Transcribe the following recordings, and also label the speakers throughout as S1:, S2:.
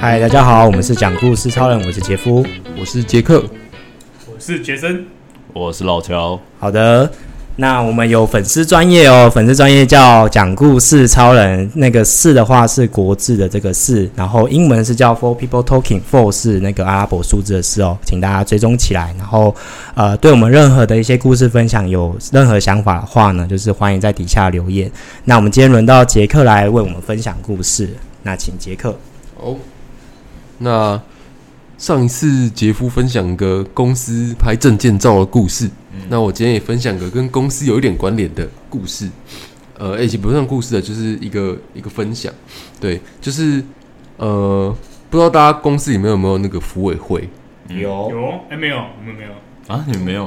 S1: 嗨，大家好，我们是讲故事超人，我是杰夫。
S2: 我是杰克，
S3: 我是杰森，
S4: 我是老乔，
S1: 好的，那我们有粉丝专业哦，粉丝专业叫讲故事超人，那个“四”的话是国字的这个“四”，然后英文是叫 For People Talking，For 是那个阿拉伯数字的“四”哦，请大家追踪起来。然后呃，对我们任何的一些故事分享有任何想法的话呢，就是欢迎在底下留言。那我们今天轮到杰克来为我们分享故事，那请杰克。
S2: 哦，那上一次杰夫分享个公司拍证件照的故事，那我今天也分享个跟公司有一点关联的故事。呃，也不算故事的，就是一个一个分享。对，就是呃，不知道大家公司里面有没有那个服委会？
S4: 嗯
S1: 有
S3: 有哎、没有，我们没有，
S4: 啊，你们没有？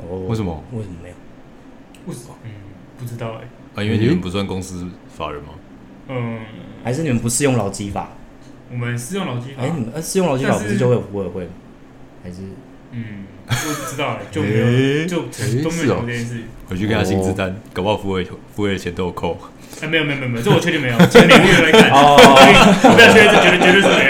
S4: 为
S1: 哦，
S4: 什么？
S1: 为什么没有？
S3: 为什么？嗯，不知道哎、
S4: 啊，因为你们不算公司法人吗？
S3: 嗯，
S1: 还是你们不适用劳基法？
S3: 我们是用老基法
S1: 哎、，你们呃适用劳基法不
S3: 但
S1: 是
S3: 是
S1: 就会有服委会吗？还是
S3: 嗯，我不知道哎、就没有，就
S2: 哎
S3: 都没有
S2: 是哦
S3: 想过这件事。
S4: 回去看下薪资单，搞不好服务服务的钱都有扣。
S3: 哎、没有没有没有没有，这我确定没有，前两个月来看，
S1: 哦
S3: 我不要确认，绝对绝对是没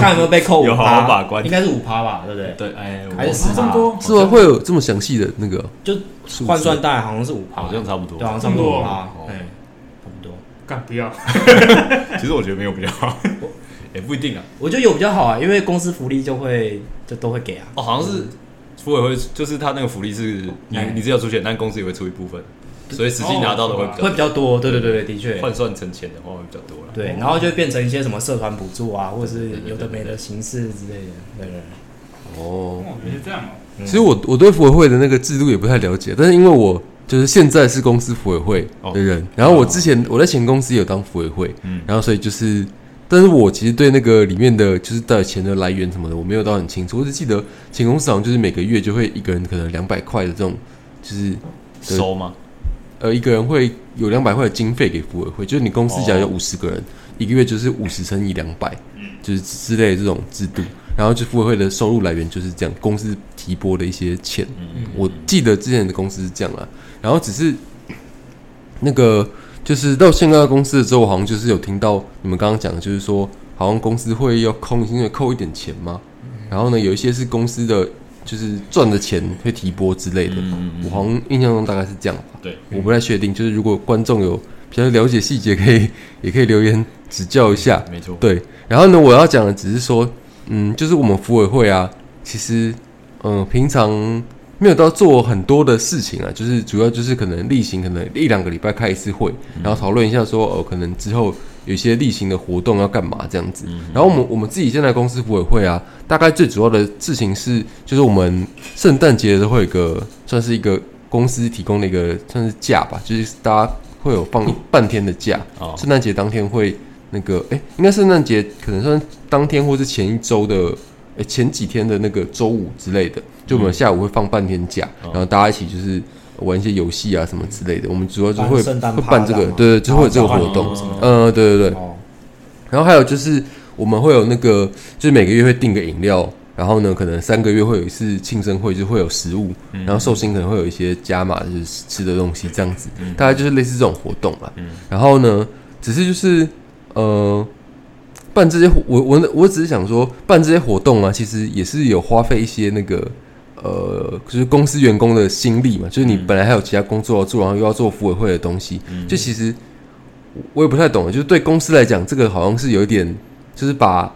S1: 看有没有被扣
S4: 有好好把关
S1: 应该是五趴吧，对不对？
S4: 对，哎，我
S1: 还是
S3: 这么多
S2: 是吗？会有这么详细的那个
S1: 就
S2: 数字
S1: 换算大概好像是五趴，
S4: 好像差不多
S1: 对，。啊好像差不多五趴
S4: 哦，
S1: 哎，差不多。
S3: 干不要，
S1: 哦
S4: 其实我觉得没有比较好， 也不一定啊。
S1: 我觉得有比较好啊，因为公司福利就会就都会给啊。
S4: 哦，好像是服委会，就是他那个福利是你
S1: 哎
S4: 你只要出钱，但公司也会出一部分，所以实际拿到的会比
S1: 会
S4: 较
S1: 比较
S4: 多。
S1: 多，对对对对，的确，
S4: 换算成钱的话会比较多了。
S1: 对，然后就会变成一些什么社团补助啊，或者是有的没的形式之类的，对对对。
S2: 哦。
S3: 我觉得这样哦、
S2: 其实我我对服委会的那个制度也不太了解，但是因为我就是现在是公司服委会的人，然后我之前我在前公司也有当服委会，
S4: 哦嗯
S2: 然后所以就是，但是我其实对那个里面的就是到底钱的来源什么的，我没有到很清楚，我只记得前公司好像就是每个月就会一个人可能两百块的这种，就是
S4: 收吗？
S2: 呃一个人会有两百块的经费给服委会，就是你公司假如有
S4: 哦
S2: 五十个人，一个月就是五十乘以两百，
S4: 嗯
S2: 就是之类的这种制度。然后就服委会的收入来源就是这样，公司提拨的一些钱。
S4: 嗯
S2: 我记得之前的公司是这样啊，然后只是那个就是到现在的公司之后，我好像就是有听到你们刚刚讲的，就是说好像公司会要空薪水扣一点钱嘛，然后呢有一些是公司的就是赚的钱会提拨之
S4: 嗯
S2: 类的，我好像印象中大概是这样吧。
S4: 对，
S2: 我不太确定，就是如果观众有比较了解细节，可以也可以留言指教一下。
S4: 没错。
S2: 对，然后呢，我要讲的只是说，嗯，就是我们服委会啊，其实，嗯、平常没有到做很多的事情啊，就是主要就是可能例行，可能一两个礼拜开一次会，然后讨论一下说，哦，可能之后有一些例行的活动要干嘛这样子。然后我们我们自己现在公司服委会啊，大概最主要的事情是，就是我们圣诞节的时候会有一个算是一个公司提供的一个算是假吧，就是大家会有放半天的假，
S4: 哦
S2: 圣诞节当天会那个，哎、应该圣诞节可能算当天或是前一周的，哎、前几天的那个周五之类的，就我们下午会放半天假，然后大家一起就是玩一些游戏啊什么之类的，我们主要就会
S1: 办圣诞
S2: 会
S1: 趴
S2: 办这个，
S1: 这样吗哦
S2: 对对，就会有这个活
S1: 然后交换礼物
S2: 动
S1: 什么，
S2: 呃，对对对，
S1: 哦，
S2: 然后还有就是我们会有那个，就是每个月会订个饮料，然后呢，可能三个月会有一次庆生会，就会有食物，然后寿星可能会有一些加码，就是吃的东西这样子，大概就是类似这种活动吧。然后呢，只是就是呃，办这些活我我我只是想说，办这些活动啊，其实也是有花费一些那个。呃，就是公司员工的心力嘛，就是你本来还有其他工作要做，然后又要做服委会的东西，
S4: 嗯
S2: 就其实我也不太懂，就是对公司来讲，这个好像是有一点，就是把，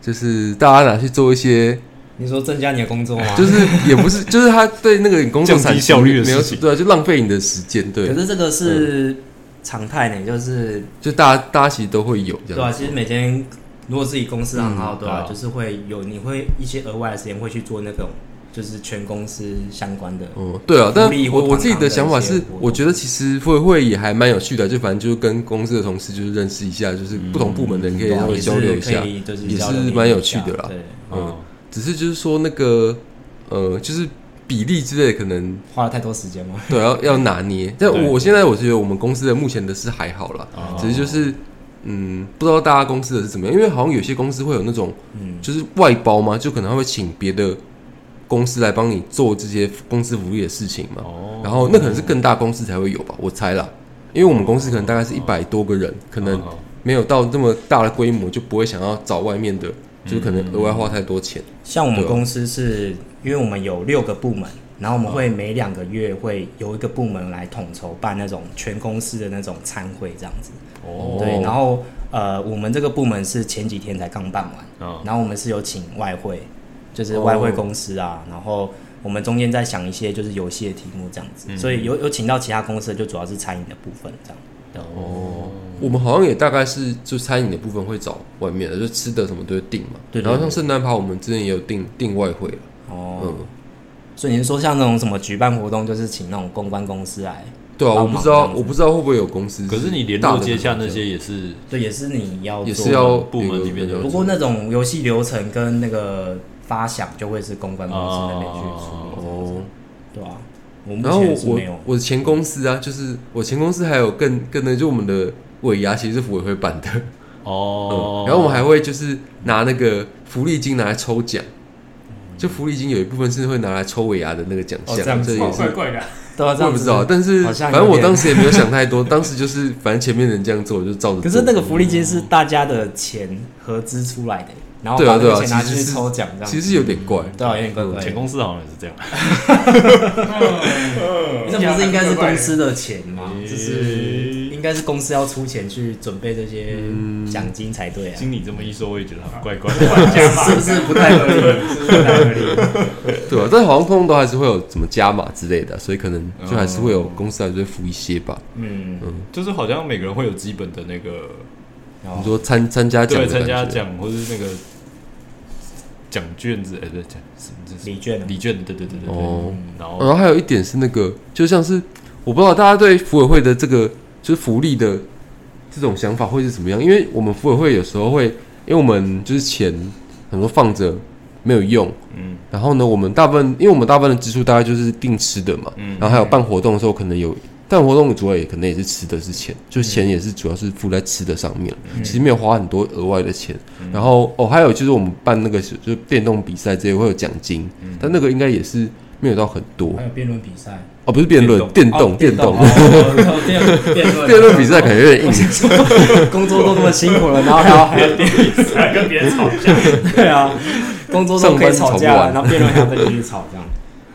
S2: 就是大家拿去做一些，
S1: 你说增加你的工作吗？
S2: 就是也不是，就是他对那个工作
S4: 降低
S2: 产出
S4: 效率的
S2: 没有
S4: 事情
S2: 对啊，就浪费你的时间，对
S1: 可，是这个是常态呢，就是
S2: 就大家大家其实都会有这
S1: 对啊，
S2: 样，嗯
S1: 其实每天如果自己公司行号，对啊
S4: 对啊，
S1: 就是会有你会一些额外的时间会去做那种就是全公司相关的，
S2: 嗯，对啊，但
S1: 福利或
S2: 我我
S1: 堂
S2: 自己的
S1: 堂
S2: 想法
S1: 的一些
S2: 是
S1: 活，动
S2: 我觉得其实会会也还蛮有趣的，就反正就是跟公司的同事就是认识一下，就是不同部门嗯的人可以
S1: 对啊
S2: 稍微
S1: 也
S2: 交流一下
S1: 是可，以就是
S2: 也
S1: 交流
S2: 是蛮有趣的啦
S1: 一下对，
S2: 嗯
S4: 哦，
S2: 只是就是说那个呃，就是比例之类的可能
S1: 花了太多时间吗？
S2: 对，要要拿捏。但
S4: 对
S2: 我我现在我觉得我们公司的目前的是还好啦，
S4: 哦
S2: 只是就是嗯，不知道大家公司的是怎么样，因为好像有些公司会有那种
S1: 嗯，
S2: 就是外包嘛，就可能他会请别的公司来帮你做这些公司福利的事情嘛。
S4: 哦
S2: 然后那可能是更大公司才会有吧，我猜啦，因为我们公司可能大概是一百多个人，可能
S4: 哦
S2: 没有到这么大的规模，就不会想要找外面的，就是可能
S4: 嗯
S2: 额外花太多钱。
S1: 像我们
S2: 对啊
S1: 公司是，因为我们有六个部门，然后
S2: 嗯
S1: 我们会每两个月会有一个部门来统筹办那种全公司的那种参会这样子。
S4: 哦
S1: 对，然后呃，我们这个部门是前几天才刚办完，
S2: 嗯
S4: 啊，
S1: 然后我们是有请外汇，就是外汇公司啊，
S2: 哦
S1: 然后我们中间在想一些就是游戏的题目这样子，
S2: 嗯
S1: 所以有有请到其他公司的就主要是餐饮的部分这样。对
S2: 哦，我们好像也大概是就餐饮的部分会找外面的，就吃的什么都会订嘛。
S1: 对对
S2: 然后像
S1: 对
S2: 圣诞趴，我们之前也有订订外汇了。
S1: 哦，
S2: 嗯，
S1: 所以你是说像那种什么举办活动，就是请那种公关公司来，
S2: 对啊，
S1: 帮
S2: 我
S1: 忙
S2: 不知道
S1: 这样，子
S2: 我不知道会不会有公司。
S4: 可是你联络接洽那些也是
S1: 对，也是你要
S2: 也
S1: 做
S2: 是
S1: 的
S2: 要
S4: 部门里面的
S2: 有
S1: 不过那种游戏流程跟那个发想就会是公关公司那边去处理，
S2: 哦。
S1: 对吧、我目
S2: 然后
S1: 前是
S2: 我
S1: 没有。
S2: 我的前公司啊，就是我前公司还有更更那，就我们的尾牙其实是服委会办的，
S4: 哦
S2: 嗯， 然后我们还会就是拿那个福利金拿来抽奖，就福利金有一部分是会拿来抽尾牙的那个奖项，
S1: 哦这样子
S2: 也
S3: 怪
S2: 是。
S3: 怪的啊，
S1: 对啊，这
S2: 我也
S1: 样
S2: 不
S1: 子
S2: 知道，但是
S1: 好像
S2: 反
S1: 有
S2: 正我
S1: 点
S2: 当时也没有想太多， 当时就是反正前面人这样做，我就照着做。
S1: 可是那个福利金是大家的钱合资出来的，然后
S2: 对
S1: 把
S2: 啊
S1: 那
S2: 对啊，
S1: 个钱
S2: 其
S1: 拿
S2: 实
S1: 去
S2: 是
S1: 抽奖这样
S2: 其
S1: 子。
S2: 实有点怪。
S1: 对啊，有点怪怪
S4: 前
S1: 的。
S4: 公司好像也是这样，
S3: 呃
S1: 那不是应该是公 司的钱吗？
S2: 嗯
S4: 咦
S1: 就是应该是公司要出钱去准备这些
S2: 嗯
S1: 奖金才对啊，
S4: 经理这么一说，我也觉得很怪怪的。
S1: 是不是不太合理？是不
S3: 啊
S1: 是不太合理？
S2: 对啊，但好像通常都还是会有什么加码之类的，所以可能就
S1: 哦
S2: 还是会有公司还是会付一些吧。
S1: 嗯，
S4: 就是好像每个人会有基本的那个，
S1: 然
S2: 你
S1: 后
S2: 说参参加奖
S4: 对，
S2: 的感
S4: 参
S2: 觉，
S4: 加奖或是那个奖券子，哎，对，奖是这是
S1: 礼券啊
S4: 礼券，对对对对
S2: 哦
S4: 对。然
S2: 然
S4: 后
S2: 后还有一点是那个，就像是我不知道大家对服委会的这个就是福利的这种想法会是怎么样，因为我们服委会有时候会，因为我们就是钱很多放着没有用，
S4: 嗯
S2: 然后呢，我们大部分因为我们大部分的支出大概就是定吃的嘛，
S4: 嗯
S2: 然后还有办活动的时候可能有。办活动主要也可能也是吃的是钱，就钱也是主要是付在吃的上面，其实没有花很多额外的钱。然后哦，还有就是我们办那个就是电动比赛这些会有奖金，但那个应该也是没有到很多。
S1: 还有辩论比赛，
S2: 哦，不是辩论，电
S1: 哎电
S2: 动，电动，
S1: 哦电动辩论
S2: 辩论比赛感觉有点硬。
S1: 工作都那么辛苦了，然后还要还要
S3: 还跟别人 吵架，
S1: 对啊，工作都可以吵架了，
S2: 上班吵不完
S1: 然后辩论还要再继续吵这样。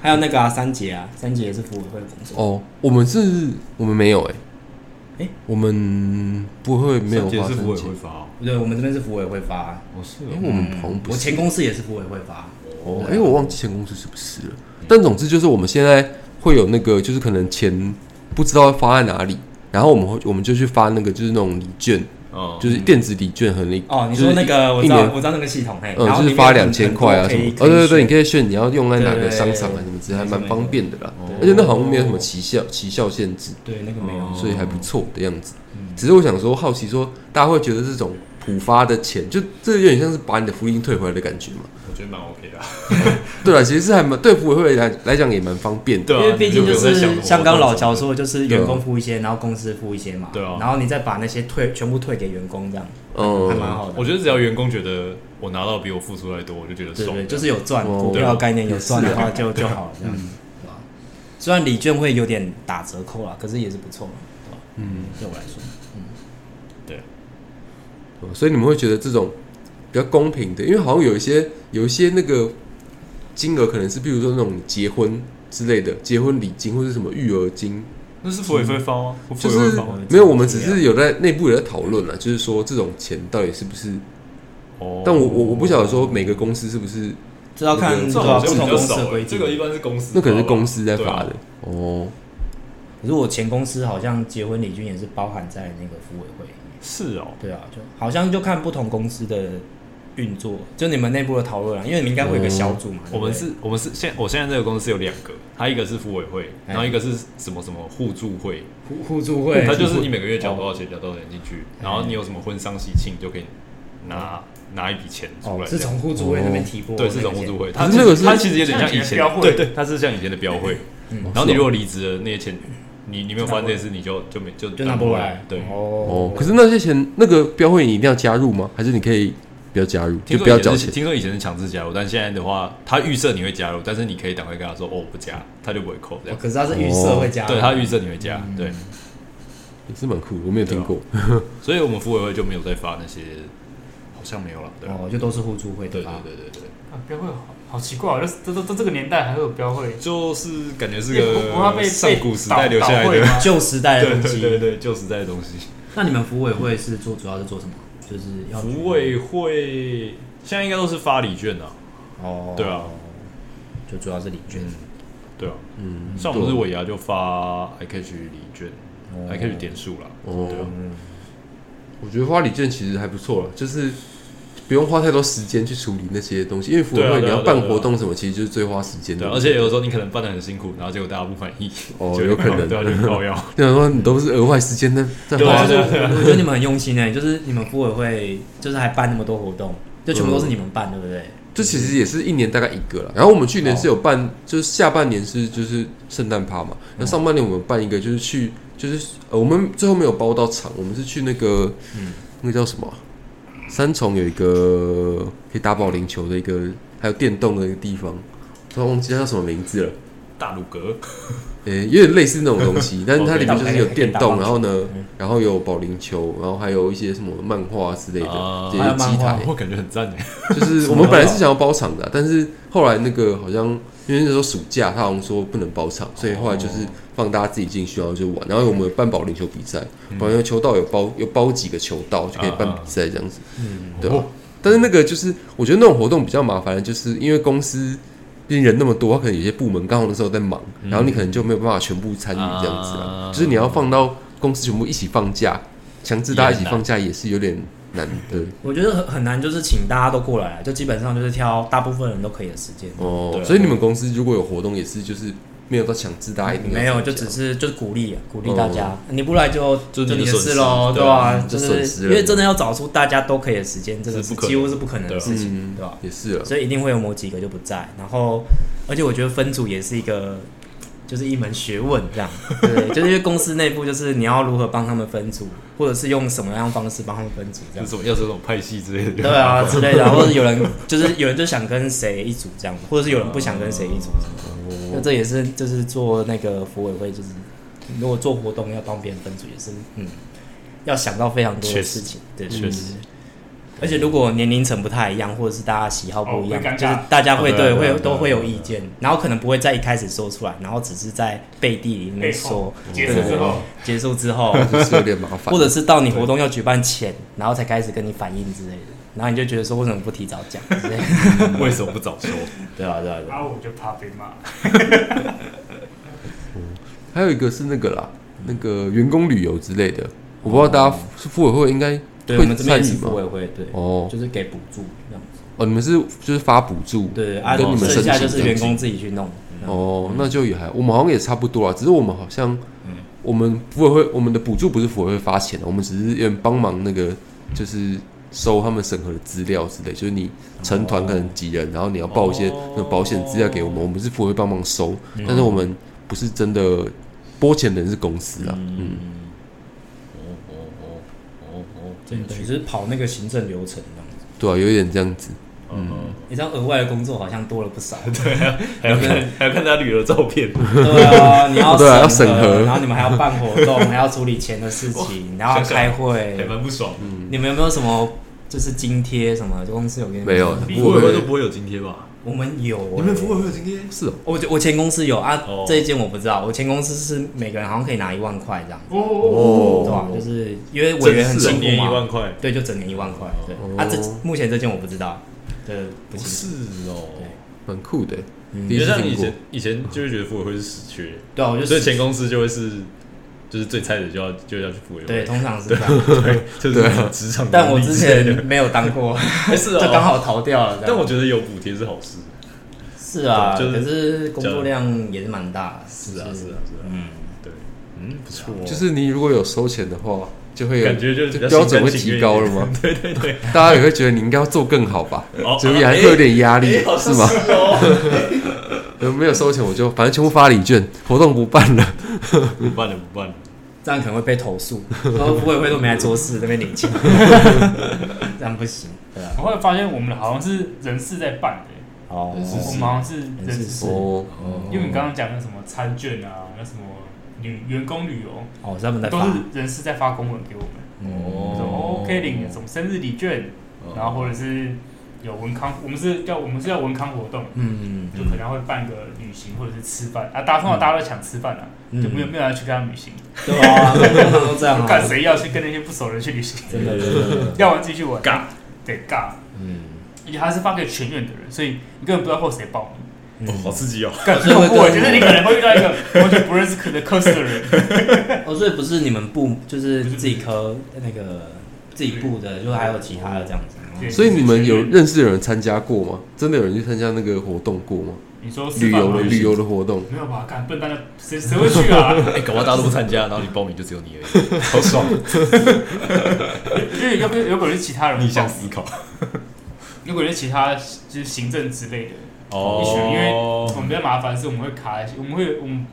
S1: 还有那个啊，三姐啊，三姐也是服委会的工作。
S2: 哦，我们是，我们没有哎，
S1: 诶
S2: 我们不会没有
S4: 也
S2: 花
S4: 是
S2: 生
S4: 不委
S2: 钱
S4: 会，发哦，
S1: 对，我们这边是服委会发，
S4: 我是哦
S2: 哎，我们好像
S1: 嗯
S2: 不
S1: 我
S2: 是
S1: 前公司也是服委会发。
S2: 哦，哎，我忘记前公司是不是了。但总之就是我们现在会有那个，就是可能钱不知道发在哪里，然后我们会我们就去发那个就是那种礼券，
S4: 哦，
S2: 就是电子礼券和那
S1: 嗯哦，你说那个，我
S2: 一
S1: 知道，
S2: 年
S1: 我知道那个系统，嘿，然
S2: 嗯，
S1: 后
S2: 就是
S1: 里面
S2: 发
S1: 很
S2: 两千块啊
S1: 很多
S2: 什么
S1: 可以，
S2: 哦对对对，你
S1: 可以
S2: 可以选你要用在哪个商场啊
S1: 对
S2: 什么之
S1: 没错
S2: 类，还蛮
S1: 没错
S2: 方便的啦
S1: 对。哦
S2: 而且那好像没有什么期效期效限制，
S1: 选对那个没有，
S2: 所以还不错的样子。
S1: 嗯
S2: 只是我想说，好奇说大家会觉得这种普发的钱，就这有点像是把你的福利金退回来的感觉嘛？
S4: 我觉得蛮 OK 的啊。
S2: 对了，其实是还蛮对服委会来来讲也蛮方便的。
S4: 对啊
S1: 因为毕竟就
S4: 你有没有在想
S1: 是
S4: 过
S1: 像刚老乔说的，就是
S2: 对啊
S1: 员工付一些，然后公司付一些嘛，
S4: 对啊
S1: 然后你再把那些退全部退给员工这样，还蛮
S2: 嗯，
S1: 好的。
S4: 我觉得只要员工觉得我拿到比我付出来多，我就觉得
S1: 对
S4: 爽
S1: 对，。啊嗯就是有赚
S2: 哦
S1: 股票的概念，有赚的话就就好了，这样子，对吧？虽然礼券会有点打折扣啦，可是也是不错嘛，对吧？嗯，对我来说，
S2: 所以你们会觉得这种比较公平的，因为好像有一些有一些那个金额可能是，比如说那种结婚之类的结婚礼金或者什么育儿金，
S4: 那是服委会发吗？
S2: 就
S4: 服委
S2: 是
S4: 会发吗
S2: 没有，我们只是有在内部有在讨论了，就是说这种钱到底是不是？
S4: 哦
S2: 但我我我不晓得说每个公司是不是，
S1: 这要看
S4: 这
S1: 对吧？
S4: 好
S1: 不
S4: 像
S1: 同
S4: 比较
S1: 公司
S4: 少
S1: 的
S4: 欸，
S1: 规
S4: 这
S1: 定。
S4: 个一般是公司，
S2: 那可能是公司在发的
S4: 对啊。
S2: 哦。
S1: 可是我前啊公司好像结婚礼券也是包含在那个服委会里面，
S4: 是哦，
S1: 对啊，就好像就看不同公司的运作，就你们内部的讨论啊，因为你们应该会有一个小组嘛。对
S4: 嗯我
S1: 不
S4: 们
S1: 对
S4: 是，我们是现，我现在这个公司有两个，它一个是服委会，
S1: 哎
S4: 然后一个是什么什么互助会，
S1: 互互助会，
S4: 它就是你每个月
S1: 哦
S4: 缴多少钱，缴多少钱进去，然后你有什么婚丧喜庆就可以拿拿一笔钱出
S1: 哦
S4: 来，这
S1: 是
S4: 样。
S1: 从互助会那边提拨的
S4: 对，
S1: 那个钱，
S4: 是从互助会，
S2: 可
S4: 它
S2: 是那个
S4: 其
S2: 是
S4: 实它其实有点像以
S3: 像以前
S4: 前
S3: 的标会
S4: 对对，它是像以前的标会。
S1: 嗯
S4: 然后你如果离职了，那些钱你你没有发现这件事，你就就没就
S1: 就拿不来
S4: 来。，对，
S1: 哦
S2: 哦，可是那些钱，那个标会你一定要加入吗？还是你可以不要加入，就
S4: 听
S2: 不
S4: 说
S2: 要
S4: 以
S2: 交
S4: 前是
S2: 钱？
S4: 听说以前是强制加入，但现在的话，他预设你会加入，但是你可以赶快跟他说哦，我不加，他就不会扣
S1: 哦
S4: 这样。
S1: 可是他是预设会加，嗯
S4: 对他预设你会加，对，
S2: 也是蛮酷的，我没有听过。
S4: 啊所以我们服委会就没有再发那些，好像没有了，对啊
S1: 哦，就都是互助会
S4: 对
S1: 的
S4: 对
S1: 吧？
S4: 对对对，
S3: 啊，标会好好奇怪哦，这这这这这个年代还会有标会，
S4: 就是感觉是
S3: 也不不怕被
S4: 个上古时代留下来
S3: 被
S4: 的，
S3: 倒
S1: 旧时代的
S4: 对
S1: 东
S4: 对对
S1: 西。
S4: 对，旧时代的东西。
S1: 那你们服委会是做主要是做什么？就是要
S4: 服委会现在应该都是发礼券啊，
S1: 哦，
S4: 对啊，
S1: 就主要是礼券
S4: 嗯，对啊，
S2: 嗯，
S4: 像我们是尾牙就发 iCash 礼券
S1: 哦
S4: ，iCash 点数啦，
S2: 哦
S4: 对啊，
S2: 我觉得花礼券其实还不错了，就是不用花太多时间去处理那些东西，因为服务
S4: 对啊
S2: 会你
S4: 对啊
S2: 要
S4: 对啊
S2: 办
S4: 对啊
S2: 活动什么，其实就是最花时间的
S4: 对啊，。而且有时候你可能办的很辛苦，然后结果大家不满意，
S2: 哦
S4: 就
S2: 有可能
S4: 对啊，就高腰，
S2: 那说你都是额外时间在在
S4: 对
S2: 花
S4: 啊，
S2: 这
S4: 对啊
S2: 个，
S4: 对啊，
S1: 我觉得你们很用心哎、就是你们服委会就是还办那么多活动，就全部都是你们办，对不对？
S2: 这其实也是一年大概一个了。然后我们去年是有办，就是下半年是就是圣诞趴嘛，那上半年我们办一个就是去就是呃我们最后没有包到场，我们是去那个
S1: 嗯
S2: 那个叫什么啊三重有一个可以打保龄球的一个，还有电动的一个地方，突然忘记它叫什么名字了。
S4: 大鲁阁，
S2: 呃、有点类似那种东 西，但是它里面就是有电动，
S1: 哦
S2: 然后呢
S1: 嗯，
S2: 然后有保龄球，然后还有一些什么漫画之类的
S4: 啊，
S2: 这
S1: 哦
S2: 些机
S1: 还有漫
S2: 台
S1: 画，
S4: 我感觉很赞耶，
S2: 就是我们本来是想要包场的啊，但是后来那个好像因为那时候暑假，他好像说不能包场，所以后来就是放大家自己进去，然后就玩。然后我们有办保龄球比赛，
S4: 嗯
S2: 保龄球道有包有包几个球道就可以办比赛这样子，对吧
S4: 哦？
S2: 但是那个就是我觉得那种活动比较麻烦，的就是因为公司。毕竟人那么多，他可能有些部门刚好那时候在忙，然后你可能就没有办法全部参与这样子啊
S4: 嗯啊。
S2: 就是你要放到公司全部一起放假，强制大家一起
S4: 也很难
S2: 放假也是有点难的
S1: 我觉得很很难，就是请大家都过来，就基本上就是挑大部分人都可以的时间。
S2: 哦
S4: 对，啊
S2: 所以你们公司如果有活动，也是就是没有到强制
S4: 哎
S2: 大家一定要
S1: 没有，
S2: 参加
S1: 就只是就是鼓励啊鼓励大家，你不来就
S4: 哦就是
S1: 就
S4: 你的
S1: 你的
S4: 损
S1: 事
S4: 失
S1: 喽，
S4: 对
S1: 对吧？
S2: 就
S1: 就
S2: 损
S1: 是
S2: 失
S1: 因
S2: 了
S1: 为真的要找出大家都可以的时间，这个
S4: 是不可能
S1: 几乎是不可能的
S4: 对啊
S1: 事情，
S2: 嗯
S1: 对吧？
S2: 也是了，
S1: 所以一定会有某几个就不在，然后而且我觉得分组也是一个。就是一门学问，这样对，就是因为公司内部就是你要如何帮他们分组，或者是用什么样的方式帮他们分组，这
S4: 就
S1: 样
S4: 是什么要是这种派系之类的，
S1: 对 啊之类的，或者有人就是有人就想跟谁一组这样，或者是有人不想跟谁一组这样
S4: 哦
S1: 那这也是就是做那个服委会，就是如果做活动要帮别人分组，也是嗯，要想到非常多的
S4: 确实
S1: 事情，对，
S4: 确实
S1: 嗯。而且如果年龄层不太一样，或者是大家喜好不一样，
S3: 哦会尴尬
S1: 就是大家会
S4: 哦对
S1: 对
S4: 啊对啊
S1: 会
S4: 对啊
S1: 都会有
S4: 对啊
S1: 意见，然后可能不会在一开始说出来，然后只是在背地里面
S3: 背后
S1: 说，
S3: 结束之后，
S1: 结束之后，
S2: 就是有点麻 烦，
S1: 或者是到你活动要举办前，然后才开始跟你反映之类的，然后你就觉得说为什么不提早讲之 类的？
S4: 为什么不早说？
S1: 对啊，对啊，对啊。
S3: 啊，我就怕被骂。
S2: 还有一个是那个啦，那个员工旅游之类的，我不知道大
S1: 哦
S2: 家是妇委会应该
S1: 对，我
S2: 会
S1: 们这边
S2: 参
S1: 也是
S2: 与
S1: 服委
S2: 吗？
S1: 会，对，
S2: 哦
S1: 就是给补助这样子。
S2: 哦，你们是就是发补助，
S1: 对，啊，
S2: 哦跟你们
S1: 剩
S2: 申
S1: 下就
S2: 请
S1: 是
S2: 这样
S1: 员
S2: 子
S1: 工自己去弄。哦，
S2: 哦，那就也还，我们好像也差不多啊啦，只是我们好像，我们服委会我们的补助不是服委会发钱的，我们只是有点帮忙那个就是收他们审核的资料之类，就是你成团可能几人，然后你要报一些
S4: 哦
S2: 那种保险资料给我们，我们是服委会帮忙收，
S4: 嗯
S2: 但是我们不是真的拨钱的人是公司啊，嗯，
S4: 嗯，哦哦哦哦哦，这
S1: 对，
S4: 样
S1: 等于
S4: 去，
S1: 是跑那个行政流程这样子。
S2: 对啊，有一点这样子，
S4: 嗯，
S1: 你这样额外的工作好像多了不 少。
S4: 还要看还要看他旅游照片，
S1: 对啊，你要
S2: 对啊要
S1: 审
S2: 审核啊
S1: 核，然后你们还要办活动，还要处理钱的事 情，然后要
S4: 想想
S1: 开
S4: 还
S1: 会。
S4: 蛮不爽。
S1: 你们有没有什么就是津贴什么？公司有给你们
S2: 没有
S1: 什么
S2: 服
S4: 服
S2: 委
S4: 委
S2: 会
S4: 会都不会有津贴吧？
S1: 我们有欸。
S4: 会有津贴？
S2: 是哦，
S1: 我我前公司有啊
S4: 哦，
S1: 这一间我不知道。我前公司是每个人好像可以拿一万块这样，
S3: 哦哦
S1: 对吧？就是因为委员很辛
S4: 整
S1: 苦
S4: 年一万
S1: 嘛，
S4: 块，
S1: 对，就整年一万块。对
S2: 哦
S1: 啊，这目前这间我不知道，对，不
S4: 不
S1: 清楚。
S4: 是哦。
S2: 蛮酷的，
S1: 嗯
S2: 第一
S4: 就
S2: 次
S4: 像
S2: 听
S4: 以
S2: 过
S4: 前，以前就会觉得服委会是死缺，
S1: 对啊，我就
S4: 所以
S1: 是
S4: 前公司就会是就是最菜的就要就要去服委
S1: 对，
S4: 会，
S1: 通常是这样。
S4: 对，就是
S2: 对啊
S4: 职场。
S1: 但我之前没有当过，
S4: 是
S1: 就
S4: 哦，
S1: 刚。好逃掉了。这样
S4: 但我觉得有补贴是好事，
S1: 是啊，
S4: 对就
S1: 可
S4: 是
S1: 是工作量也是蛮大的。
S4: 是啊，是啊，是啊，
S1: 嗯，
S4: 对，嗯，不错哦，
S2: 就是你如果有收钱的话，就会有
S4: 感觉就是比较
S2: 标准会
S4: 心甘
S2: 提
S4: 情愿一点
S2: 高了吗？
S4: 对对对，
S2: 大家也会觉得你应该要做更好吧，
S4: 哦
S2: 所以还会有点压力，
S4: 哎好
S2: 是
S4: 像
S2: 吗？
S4: 是哦，
S2: 呃没有收钱，我就反正全部发礼券，活动不办了。
S4: 不办了，不办了，
S1: 这样可能会被投诉，然后委会都没来做事，那边 领钱，这样不行，对啊。
S3: 我后来发现我们好像是人事在办的，
S1: 哦
S3: 我们好像是人事，
S1: 哦
S2: 哦，
S3: 因为你刚刚讲的什么餐券啊，那什么旅员工旅游，
S1: 哦，他们在
S3: 都
S1: 发嗯哦
S3: 是人事在发公文给我们，什
S4: 哦
S3: 么 OK 领什么生日礼券，然后或者是有文康，我们是叫我们是叫文康活动，
S1: 嗯
S3: 就可能会办个旅行或者是吃饭啊，大家通常大家都抢吃饭啊，就没有没有人要去跟他们旅行，
S1: 对啊，通常都这样
S3: 就
S1: 啊，
S3: 看谁要去跟那些不熟的人去旅行，
S1: 真的真的，
S3: 要玩自己去玩，
S4: 尬，
S3: 对尬，
S1: 嗯，
S3: 而且他是发给全院的人，所以你根本不知道会谁报名。
S4: 哦，
S1: 嗯
S4: 好刺激哦！
S3: 更
S1: 所以会
S3: 恐怖，我觉
S1: 更
S3: 得你可能会遇到一个完全不认识的科室的人，
S1: 哦，所以不是你们部，就是自己科那个自己部的，就还有其他的这样子。
S3: 对
S2: 所以你们有认识的人参加过吗？真的有人去参加那个活动过吗？
S3: 你说吃
S2: 旅
S3: 饭
S2: 游
S3: 吗
S2: 的旅游的活动，
S3: 没有吧？干笨蛋的，谁谁会去啊？
S4: 哎，搞不好大家都不参加，然后你报名就只有你而已，好爽！
S3: 就是有可有可能是其他人哦
S4: 逆
S3: 不
S4: 向
S3: 报，
S4: 思考
S3: 有可能是其他就是行政之类的。一群因为我们比较麻烦是我们会卡一些，我们会我们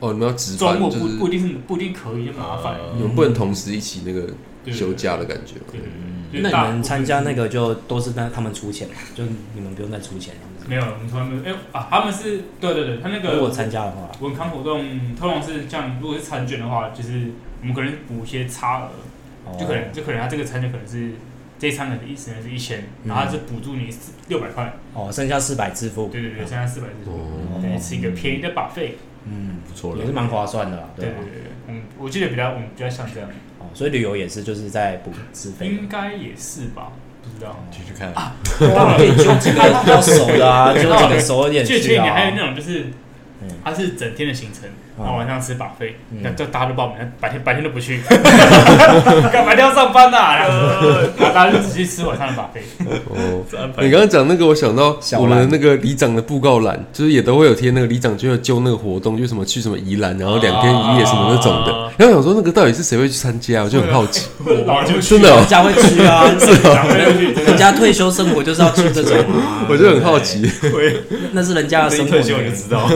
S2: 哦，你们要值
S3: 周
S2: 班，
S3: 末
S2: 就
S3: 不
S2: 是
S3: 不一定是不一定可以，就麻烦。
S2: 你们不能同时一起那个
S3: 对
S2: 休假的感觉吗。
S3: 对对对，
S1: 那
S3: 就是大
S1: 你们参加那个就都是那他们出钱嘛，就你们不用再出钱。
S3: 没有？我们从来没有。哎啊，他们是对对对，他那
S1: 如
S3: 个
S1: 果参加的话，
S3: 文康活动通常是像如果是参卷的话，就是我们可能补一些差额。
S1: 哦
S3: 就可能就可能他这个餐就可能是这一餐可能一只能是一千，
S1: 嗯
S3: 然后他是补助你六百块，
S1: 哦，剩下四百支付，
S3: 对对对，剩下四百是
S2: 哦
S3: 等于吃一个便宜的 buffet，
S1: 嗯，
S4: 不错了
S1: 也是，蛮划算的啦，
S3: 对对
S1: 对
S3: 对
S1: 吧？
S3: 对，嗯，我记得比较我们比较像这样，
S1: 哦，所以旅游也是就是在补自费
S3: 应。该也是吧，不知道。
S4: 继续看，
S3: 嗯
S1: 哇，可以揪几个比较熟的 啊，揪几个熟一点
S3: 最
S1: 去
S3: 近你还有
S1: 啊
S3: 那。种就是
S1: 嗯。
S3: 他是整天的行程，
S1: 嗯
S3: 然后晚上吃 buffet，
S1: 嗯
S3: 那叫大家都报名，白天白天都不去，干白天要上班呐，然后大家就只去吃晚上的 buffet。
S2: 哦，
S4: 这安排
S2: 你刚刚讲那个，我想到
S1: 小
S2: 我
S1: 兰
S2: 们那个里长的布告栏，就是也都会有贴那个里长就要揪那个活动，就什么去什么宜兰，然后两天一夜什么那种的
S4: 啊。
S2: 然后想说那个到底是谁会去参加，我就很好奇。
S3: 我老人就去
S2: 真的哦
S1: 人，家会去啊，
S3: 长辈就去，真的
S1: 人家退休生活就是要去这种啊。
S2: 我就很好奇，
S1: 对， 那是人家的
S4: 这
S1: 生
S4: 一
S1: 活
S4: 退。休你就知道，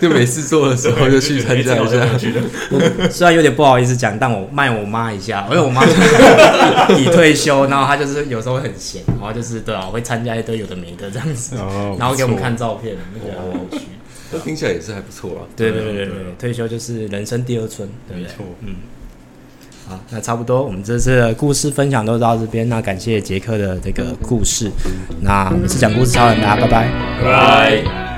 S2: 就每次做的时候就去参加一下。
S1: 虽然有点不好意思讲，但我卖我妈一 下，哎因为我妈已退休，然后她就是有时候会很闲，然后就是对啊，会参加一堆有的没的这样子，
S4: 哦
S1: 然后给我们看照片，我就觉得很有
S4: 哦，
S1: 趣。
S2: 那听起来也是还不错啊。
S1: 对对对对对，退休就是人生第二春，对不
S4: 没
S1: 对？
S4: 错，
S1: 嗯，好，那差不多，我们这次的故事分享都到这边，那感啊谢杰克的这个故事，那我们是讲故事超人，大家拜拜。
S4: 拜拜。